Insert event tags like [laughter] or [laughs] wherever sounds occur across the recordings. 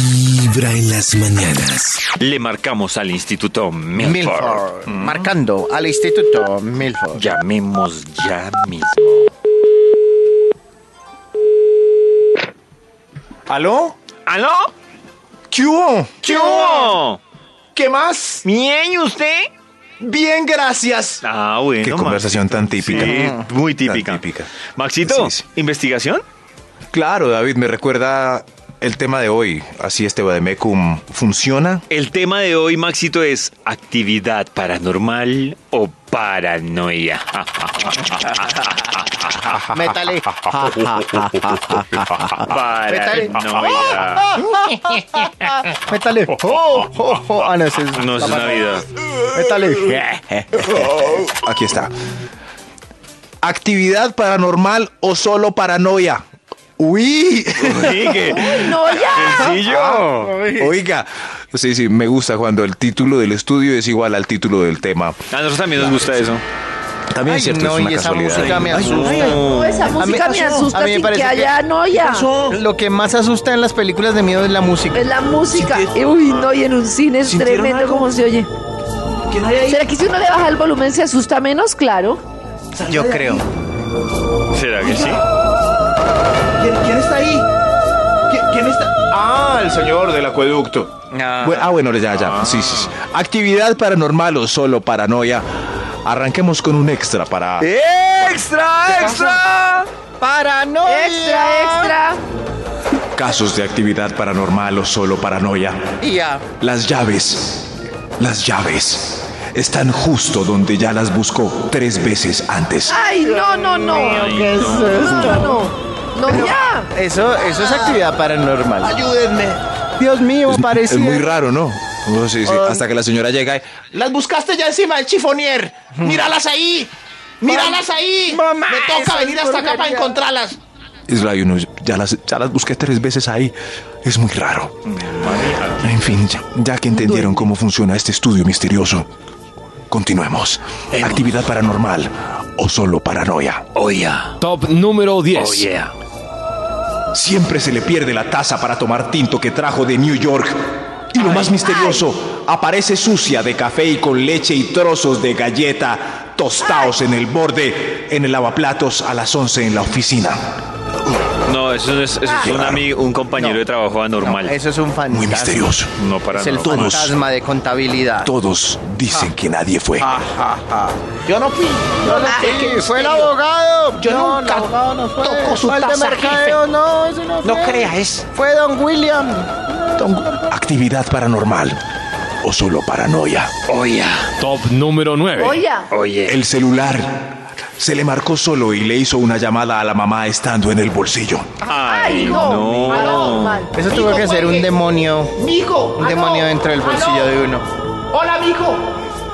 Vibra en las mañanas. Le marcamos al Instituto Milford. Mm. Milford. Marcando al Instituto Milford. Llamemos ya mismo. ¿Aló? ¿Aló? ¿Qué hubo? ¿Qué hubo? ¿Qué más? ¿Bien ¿y usted? Bien, gracias. Ah, bueno. Qué Max. conversación tan típica. Sí, muy típica. Tan típica. Maxito, Sí, sí. ¿investigación? Claro, David, me recuerda el tema de hoy. Así este Bademecum funciona. El tema de hoy, Maxito, es actividad paranormal o paranoia. [laughs] Métale. Métale. paranoia. Métale. Oh, oh, oh. Ah, no, ese es No la es mano. Navidad. [laughs] Métale. Aquí está. Actividad paranormal o solo paranoia. Uy. Sigue. No, ya. Sencillo. [laughs] Ah, Oiga, sí, sí, me gusta cuando el título del estudio es igual al título del tema. A nosotros también nos gusta eso. También es Ay, cierto, no, es y una esa casualidad. música me Ay, asusta. No, esa música me asusta A mí me sin parece que que- haya noia. Lo que más asusta en las películas de miedo es la música. Es la música. Uy, no, y en un cine es tremendo como se oye. ¿Será que si uno le baja el volumen se asusta menos? Claro. Yo creo. ¿Será que sí? ¿Quién, quién está ahí? ¿Quién, quién está? Ah, el señor del acueducto. Bu- Ah, bueno, ya, ya. Sí, sí, sí. Ah. Actividad paranormal o solo paranoia. Arranquemos con un extra Eh, para. ¡Extra, extra! ¡Paranoia! Extra, extra. Casos de actividad paranormal o solo paranoia. Ya. Las llaves. Las llaves. Están justo donde ya las buscó tres veces antes. Ay, no, no, no. ¿Qué es No, esto? no, no. No, ya. Eso, eso es actividad paranormal. Ayúdenme. Dios mío, Ah. Es parecía. muy raro, ¿no? No, sí, sí. Hasta que la señora llega y. Las buscaste ya encima del chifonier. Míralas ahí. Míralas ahí. Mamá, Me toca eso es venir hasta acá para porquería. encontrarlas. Es raro, y uno, ya las, ya las busqué tres veces ahí. Es muy raro. En fin, ya, ya que entendieron cómo funciona este estudio misterioso, continuemos. Actividad paranormal o solo paranoia. Oh, Top número 10. Siempre se le pierde la taza para tomar tinto que trajo de New York. Y lo más misterioso, aparece sucia de café y con leche y trozos de galleta tostados en el borde, en el lavaplatos a las 11 en la oficina. No, eso no es, eso es un amigo, un compañero de trabajo anormal. No, eso es un fantasma. Muy misterioso. No para Es el nada. Todos. fantasma de contabilidad. Todos dicen que nadie fue. Yo no fui. Yo no fui. fue el abogado. Yo no, nunca el abogado no fue. toco su Fue el de taza, mercadeo, jefe. no, ese no fue. No creas. Fue Don William. Actividad paranormal o solo paranoia. Top número 9. Oiga. El celular se le marcó solo y le hizo una llamada a la mamá estando en el bolsillo. Ay, no. Paranormal. Eso tuvo que ser un demonio. Mijo. Un Ah, demonio Ah, dentro del bolsillo de uno. Hola, mijo.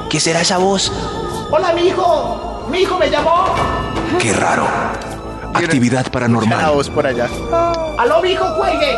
¿Qué será esa voz? Hola, mijo. Mi hijo me llamó. Qué raro. Actividad La paranormal. voz por allá. Aló, mijo, cuelgue.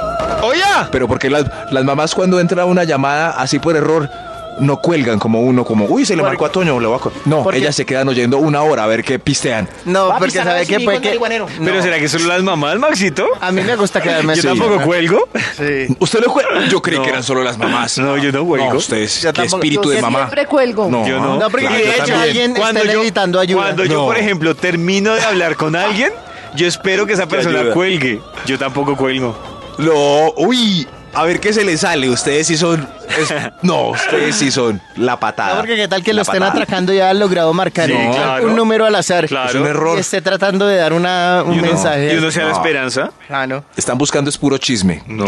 Pero porque las, las mamás cuando entra una llamada así por error no cuelgan como uno, como, uy, se le marcó a Toño, le voy a co-". No, porque- ellas se quedan oyendo una hora a ver qué pistean. No, Papi, porque ¿sabe sabe si que mi fue hijo es que. marihuanero? ¿Pero será que son las mamás, Maxito? A mí me gusta [laughs] quedarme Yo así. tampoco cuelgo. Sí. ¿Usted lo cuelga? Yo creí No. que eran solo las mamás. No, yo no cuelgo. No, ustedes, Yo qué tampoco- espíritu yo de mamá. Siempre cuelgo. Yo no. No, porque claro, de yo hecho también. alguien está necesitando ayuda. Cuando yo, No. por ejemplo, termino de hablar con alguien, yo espero que esa persona ayuda. cuelgue. Yo tampoco cuelgo. Lo, uy, a ver qué se le sale. Ustedes sí son. [laughs] es- no, ustedes sí son la patada. No, porque qué tal que lo La estén patada. atracando y han logrado marcar Ah, Sí, un- claro. un número al azar. Claro. Es un error. Y esté tratando de dar una, un Y uno- mensaje. Y uno sea la No. esperanza. Ah, no. Están buscando es puro chisme. No,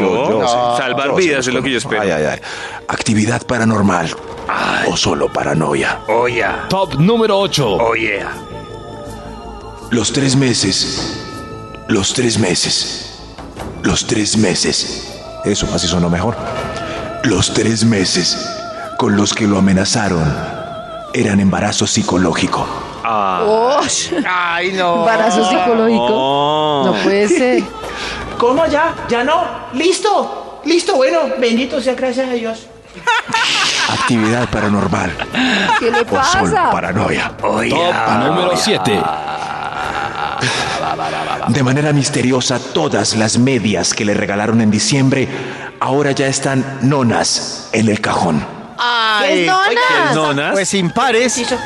salvar sé, vidas es lo que yo espero. Ay, ay, ay. Actividad paranormal o solo paranoia. Oh, Top número 8. Oh, Los tres meses. Los tres meses. Los tres meses. Eso, así sonó mejor. Los tres meses con los que lo amenazaron eran embarazo psicológico. Ah. Oh, Ay, no. embarazo psicológico. No puede ser. ¿Cómo ya? ¿Ya no? ¿Listo? ¿Listo? Bueno, bendito sea, gracias a Dios. Actividad paranormal ¿Qué le o solo pasa? paranoia. Top número 7. De manera misteriosa, todas las medias que le regalaron en diciembre ahora ya están nonas en el cajón. ¿Qué es nonas? ¿Nonas? Pues impares. Chicho.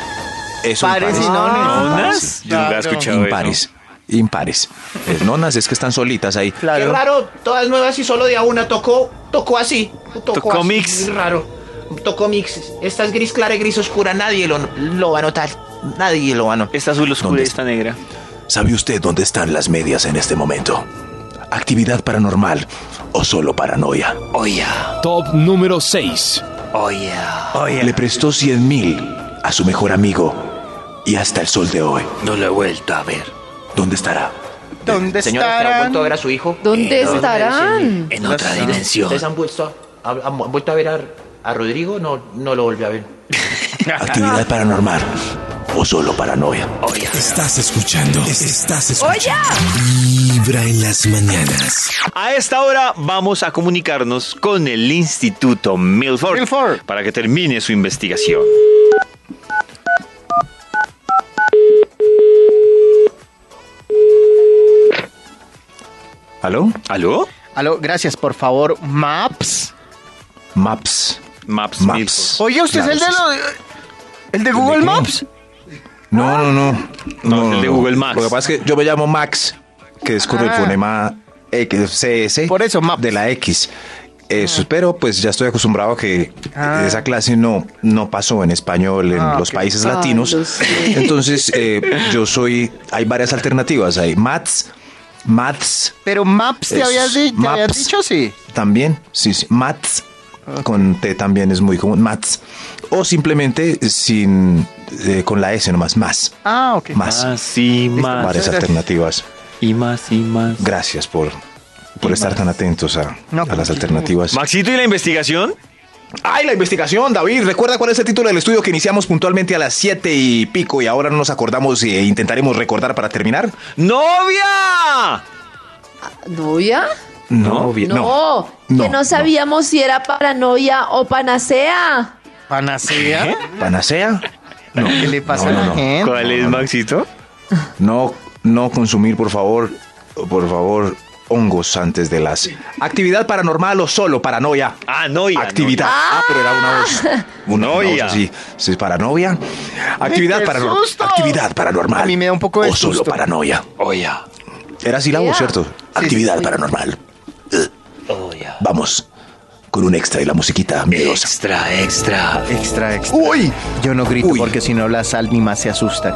Eso Pares y impares. nones. ¿Nonas? Yo nunca he Claro. escuchado Impares. Impares. Es nonas es que están solitas ahí. Qué Claro. raro, todas nuevas y solo de a una tocó, tocó así. Tocó, Tocó así, mix. muy raro. Tocó mix. Esta es gris clara y gris oscura, nadie lo, lo va a notar. Nadie lo va a notar. Esta azul oscura, ¿Dónde esta negra. ¿Sabe usted dónde están las medias en este momento? ¿Actividad paranormal o solo paranoia? Top número 6. Le prestó 100 mil a su mejor amigo y hasta el sol de hoy. No lo he vuelto a ver. ¿Dónde estará? ¿Dónde Señora, ¿usted ha estarán? vuelto a ver a su hijo? ¿Dónde Eh, estarán? En otra dimensión. ¿Ustedes han vuelto a, han- han vuelto a ver a, a Rodrigo? No, no lo volvió a ver. ¿Actividad paranormal o solo paranoia? Estás escuchando. Estás escuchando. Vibra en las mañanas. A esta hora vamos a comunicarnos con el Instituto Milford, Milford. para que termine su investigación. ¿Aló? ¿Aló? Aló, gracias, por favor. Maps. Maps. Maps, Maps. Milford. Oye, ¿usted Claro, es el de sí, los... ¿El de Google qué? Maps? No, no, no. No, es el de Google Maps. Lo que pasa es que yo me llamo Max, que es con el Ah. fonema XCS. Por eso, Maps. de la X. Eso, pero pues ya estoy acostumbrado a que Ah. esa clase no, no pasó en español en Ah, los ok. países Ay, latinos. lo siento. Entonces, eh, yo soy. Hay varias alternativas. Hay Maths, Maths Pero Maps te Es habías, di- te Maps. habías dicho, sí. también. Sí, sí, Maths con T también es muy común. Maths. O simplemente sin. eh, con la S nomás, más. Ah, ok. Más. Más y más. varias alternativas. Y más y más. Gracias por, por estar tan atentos a, No, a las con- alternativas. Maxito y la investigación. ¡Ay, la investigación, David! Recuerda cuál es el título del estudio que iniciamos puntualmente a las 7 y pico y ahora no nos acordamos e intentaremos recordar para terminar. ¡Novia! ¿Novia? No, bien, No, No, que no no. sabíamos si era paranoia o panacea. ¿Panacea? ¿Panacea? ¿Eh? No. ¿Qué le No, pasa a la no, no. gente? ¿Cuál es, Maxito? No, no consumir, por favor, por favor, hongos antes de las... Actividad paranormal o solo paranoia. Ah, novia. Actividad. Ah, pero era una [laughs] voz. Una, una voz Novia. así. Sí, paranoia. Actividad ¡Qué paranormal. susto! Actividad paranormal. A mí me da un poco de O solo susto. paranoia. Oya. Era así la voz, Ya. ¿cierto? Actividad paranormal. Uh. Vamos. Con un extra y la musiquita miedosa. Extra, extra. Extra, extra. Uy. Yo no grito Uy. porque si no las almas se asustan.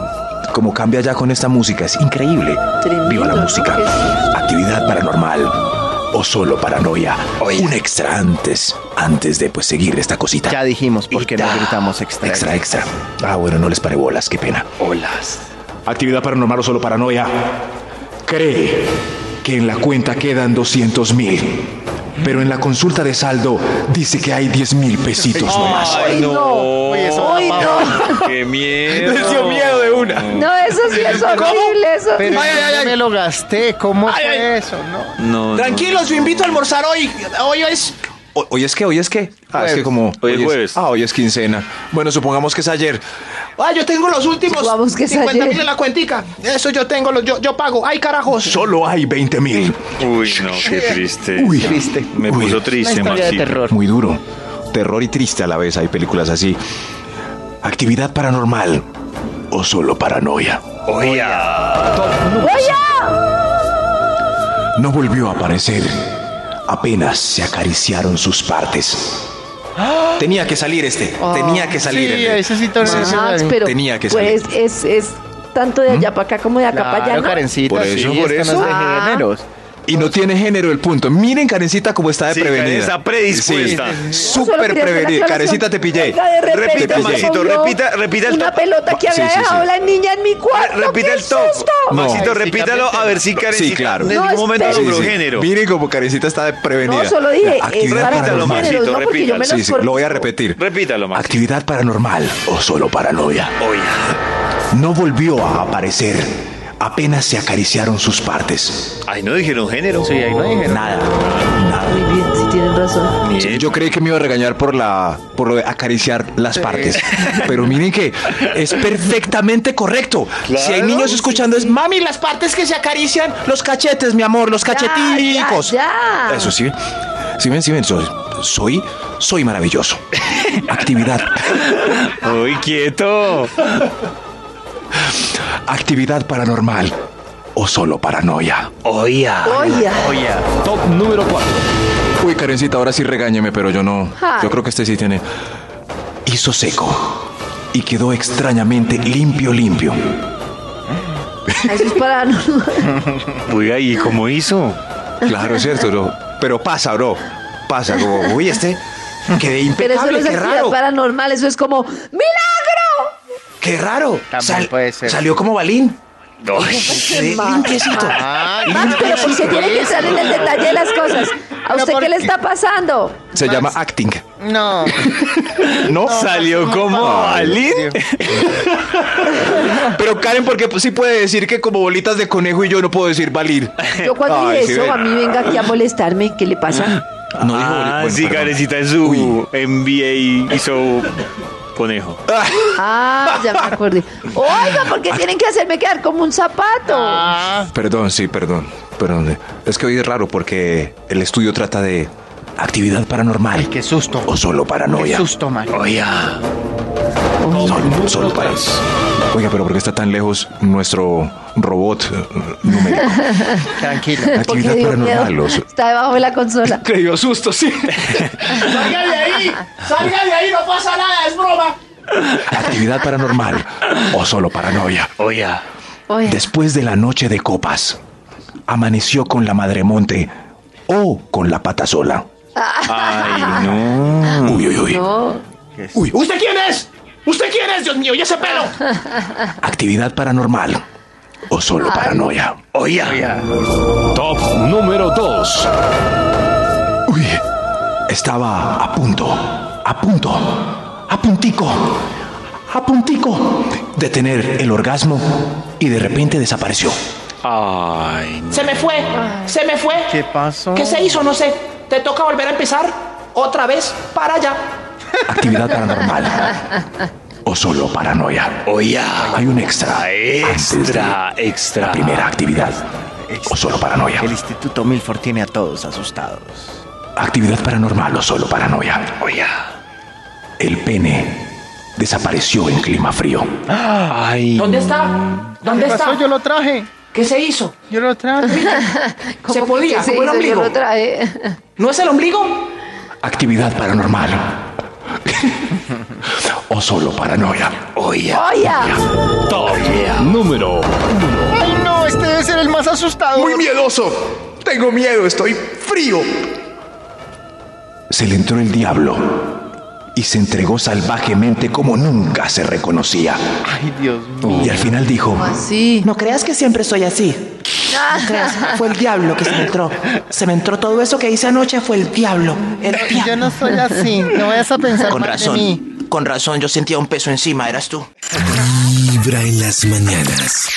Como cambia ya con esta música. Es increíble. Tremendo, Viva la ¿no? música. Que sí. Actividad paranormal. O solo paranoia. Un extra antes. Antes de pues seguir esta cosita. Ya dijimos por qué no gritamos extra. Extra, extra. Ah, bueno, no les paré bolas, qué pena. Olas. Actividad paranormal o solo paranoia. Cree que en la cuenta quedan 200 mil. Pero en la consulta de saldo dice que hay 10 mil pesitos nomás. Ay, no. Oye, eso Uy, da [laughs] no. Qué miedo. Les [laughs] dio miedo de una. No, eso sí es horrible. Eso sí. Pero yo no me lo gasté. ¿Cómo fue eso? No. No, no. Tranquilos, yo invito a almorzar hoy. Hoy es. Hoy es que, hoy es que. Ah, es que como. Hoy es jueves. Ah, hoy es quincena. Bueno, supongamos que es ayer. Ah, yo tengo los últimos Vamos, que es 50 mil ayer. en la cuentica. Eso yo tengo, los- yo, yo pago. Ay, carajos. Solo hay 20 mil. Uy, no, qué triste. Uy. Triste. Me Uy. puso Una triste, historia de Maxito. terror. Muy duro. Terror y triste a la vez. Hay películas así. Actividad paranormal o solo paranoia. ¡Oye! No volvió a aparecer. Apenas se acariciaron sus partes. Tenía que salir este. Oh. Tenía que salir Sí, el- ese sí te- Sí, sí. Max, sí. pero Tenía que pues salir. ¿Mm? es, es tanto de allá para acá como de acá para allá. Claro, ¿no? Karencita. Por sí, eso, esto por no es eso. de Ah. géneros. Y no tiene género el punto. Miren, Karencita, cómo está de Sí, prevenida. Karen está predispuesta. Sí, Solo Súper quería hacer la prevenida. aclaración. Carecita, te pillé. Oiga, de repente Te Repita, se pillé. Maxito, movió repita- repita el Una top. pelota que Sí, había sí, sí. dejado la niña en mi cuarto. Repita ¡qué el top. susto! Maxito, No. repítalo a ver si Karencita claro. en No, ningún momento espera. logró Sí, sí. género. Miren cómo Karencita está de prevenida. No, solo dije, es Actividad Repítalo, para los paranormal. géneros, Maxito, no porque yo repítalo. me los Sí, sí, lo voy a repetir. Repítalo, Maxito. Actividad paranormal o solo paranoia. Oiga. No volvió a aparecer. Apenas se acariciaron sus partes. Ay, no dijeron género. Sí, ahí no dijeron. Nada. Nada. Muy bien, sí tienen razón. Bien. Sí, yo creí que me iba a regañar por la por lo de acariciar las [laughs] partes. Pero miren que es perfectamente correcto. si hay niños escuchando es mami las partes que se acarician, los cachetes, mi amor, los Ya, cacheticos. ya, ya. Eso sí. Si ven, si ven, soy, soy, soy maravilloso. Actividad. ¡Uy, quieto! Actividad paranormal o solo paranoia. Oía. Oye, Top número 4. Uy, Karencita, ahora sí regáñeme, pero yo no. Ay. Yo creo que este sí tiene. Hizo seco y quedó extrañamente limpio, limpio. eso es para... [laughs] Oiga, ¿y cómo hizo? Claro, es cierto, bro. Pero pasa, bro. Pasa, como, uy, este quedé Pero eso impecable, no es qué actividad raro, paranormal, eso es como ¡Milagro! qué raro. También puede ser. Salió como balín. Qué Quedé mal, limpiecito. mal. Ay, Max, pero ¿por qué tiene que entrar en el detalle de las cosas? ¿A usted qué le está pasando? Se llama acting. no. No, Salió como Alín. pero Karen, porque sí puede decir que como bolitas de conejo y yo no puedo decir balín. Yo cuando Ay, dije sí, eso, ven. a mí venga aquí a molestarme, ¿qué le pasa? No dijo boli- Ah, bueno, sí, perdón. Karencita en su [laughs] Uy. NBA hizo conejo. Ah, ya me acordé. Oiga, ¿por qué tienen que hacerme quedar como un zapato? Ah, Perdón, sí, perdón. Perdón. Es que hoy es raro porque el estudio trata de actividad paranormal. Ay, qué susto. O solo qué paranoia. susto, man. Oía. Solo, solo para- Oiga, pero ¿por qué está tan lejos nuestro robot [laughs] eh, numérico? Tranquilo. Porque Actividad dio paranormal. miedo. los- Está debajo de la consola. Le dio susto, sí. ¡Salga de ahí! ¡Salga de ahí! ¡No pasa nada! ¡Es broma! [laughs] Actividad paranormal o solo paranoia. Oía. Oiga, Después de la noche de copas, amaneció con la madremonte o con la pata sola. [laughs] Ay, no. Ah. Uy, uy, uy. no. Uy, uy. ¿Usted quién es? ¿Usted quién es, Dios mío? ¿Y ese pelo? [laughs] Actividad paranormal o solo paranoia. Oía. Top número 2. Uy, estaba a punto, a punto, a puntico, a puntico de tener el orgasmo y de repente desapareció. Ay, no. Se me fue, se me fue. ¿Qué pasó? ¿Qué se hizo? No sé. ¿Te toca volver a empezar? ¿Otra vez? Para allá. Actividad paranormal o solo paranoia. Oía. Hay un extra. Extra, La extra. primera actividad o solo paranoia. El Instituto Milford tiene a todos asustados. Actividad paranormal o solo paranoia. Oía. El pene desapareció en clima frío. Ay. ¿Dónde está? ¿Dónde ¿Qué pasó? está? Yo lo traje. ¿Qué se hizo? Yo lo traje. Se ¿Cómo podía, que se como hizo? Yo el ombligo. lo trae. ¿No es el ombligo? Actividad paranormal [laughs] o solo paranoia. Oía. Oiga, Top número Ay, no, este debe ser el más asustado. Muy miedoso. Tengo miedo, estoy frío. Se le entró el diablo y se entregó salvajemente como nunca se reconocía. Ay, Dios mío. Y al final dijo, así. No creas que siempre soy así. Fue el diablo que se me entró. Se me entró todo eso que hice anoche. Fue el diablo. El Yo no soy así. No vayas a pensar Con mal de mí. razón. Con razón, yo sentía un peso encima, eras tú. Vibra en las mañanas.